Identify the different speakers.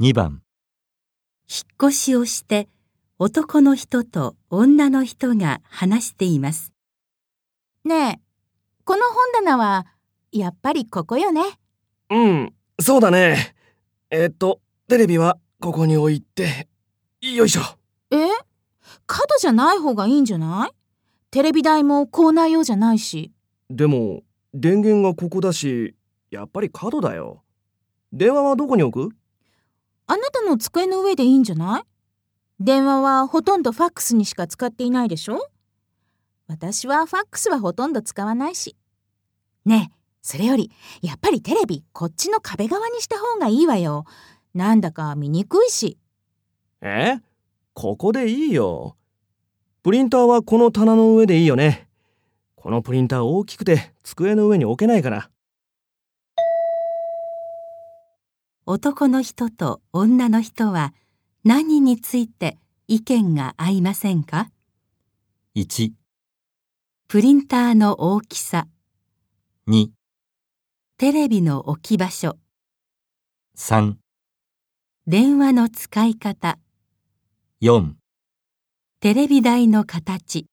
Speaker 1: 2番
Speaker 2: 引っ越しをして男の人と女の人が話しています。
Speaker 3: ねえ、この本棚はやっぱりここよね。
Speaker 4: うん、そうだね。えっと、テレビはここに置いて、よいしょ。
Speaker 3: え角じゃない方がいいんじゃないテレビ台もコーナー用じゃないし。
Speaker 4: でも、電源がここだし、やっぱり角だよ。電話はどこに置く
Speaker 3: あなたの机の上でいいんじゃない電話はほとんどファックスにしか使っていないでしょ私はファックスはほとんど使わないし。ねえ、それより、やっぱりテレビこっちの壁側にした方がいいわよ。なんだか見にくいし。
Speaker 4: えここでいいよ。プリンターはこの棚の上でいいよね。このプリンター大きくて机の上に置けないから。
Speaker 2: 男の人と女の人は何について意見が合いませんか
Speaker 1: 1、
Speaker 2: プリンターの大きさ、
Speaker 1: 2、
Speaker 2: テレビの置き場所、
Speaker 1: 3、
Speaker 2: 電話の使い方、
Speaker 1: 4
Speaker 2: テレビ台の形。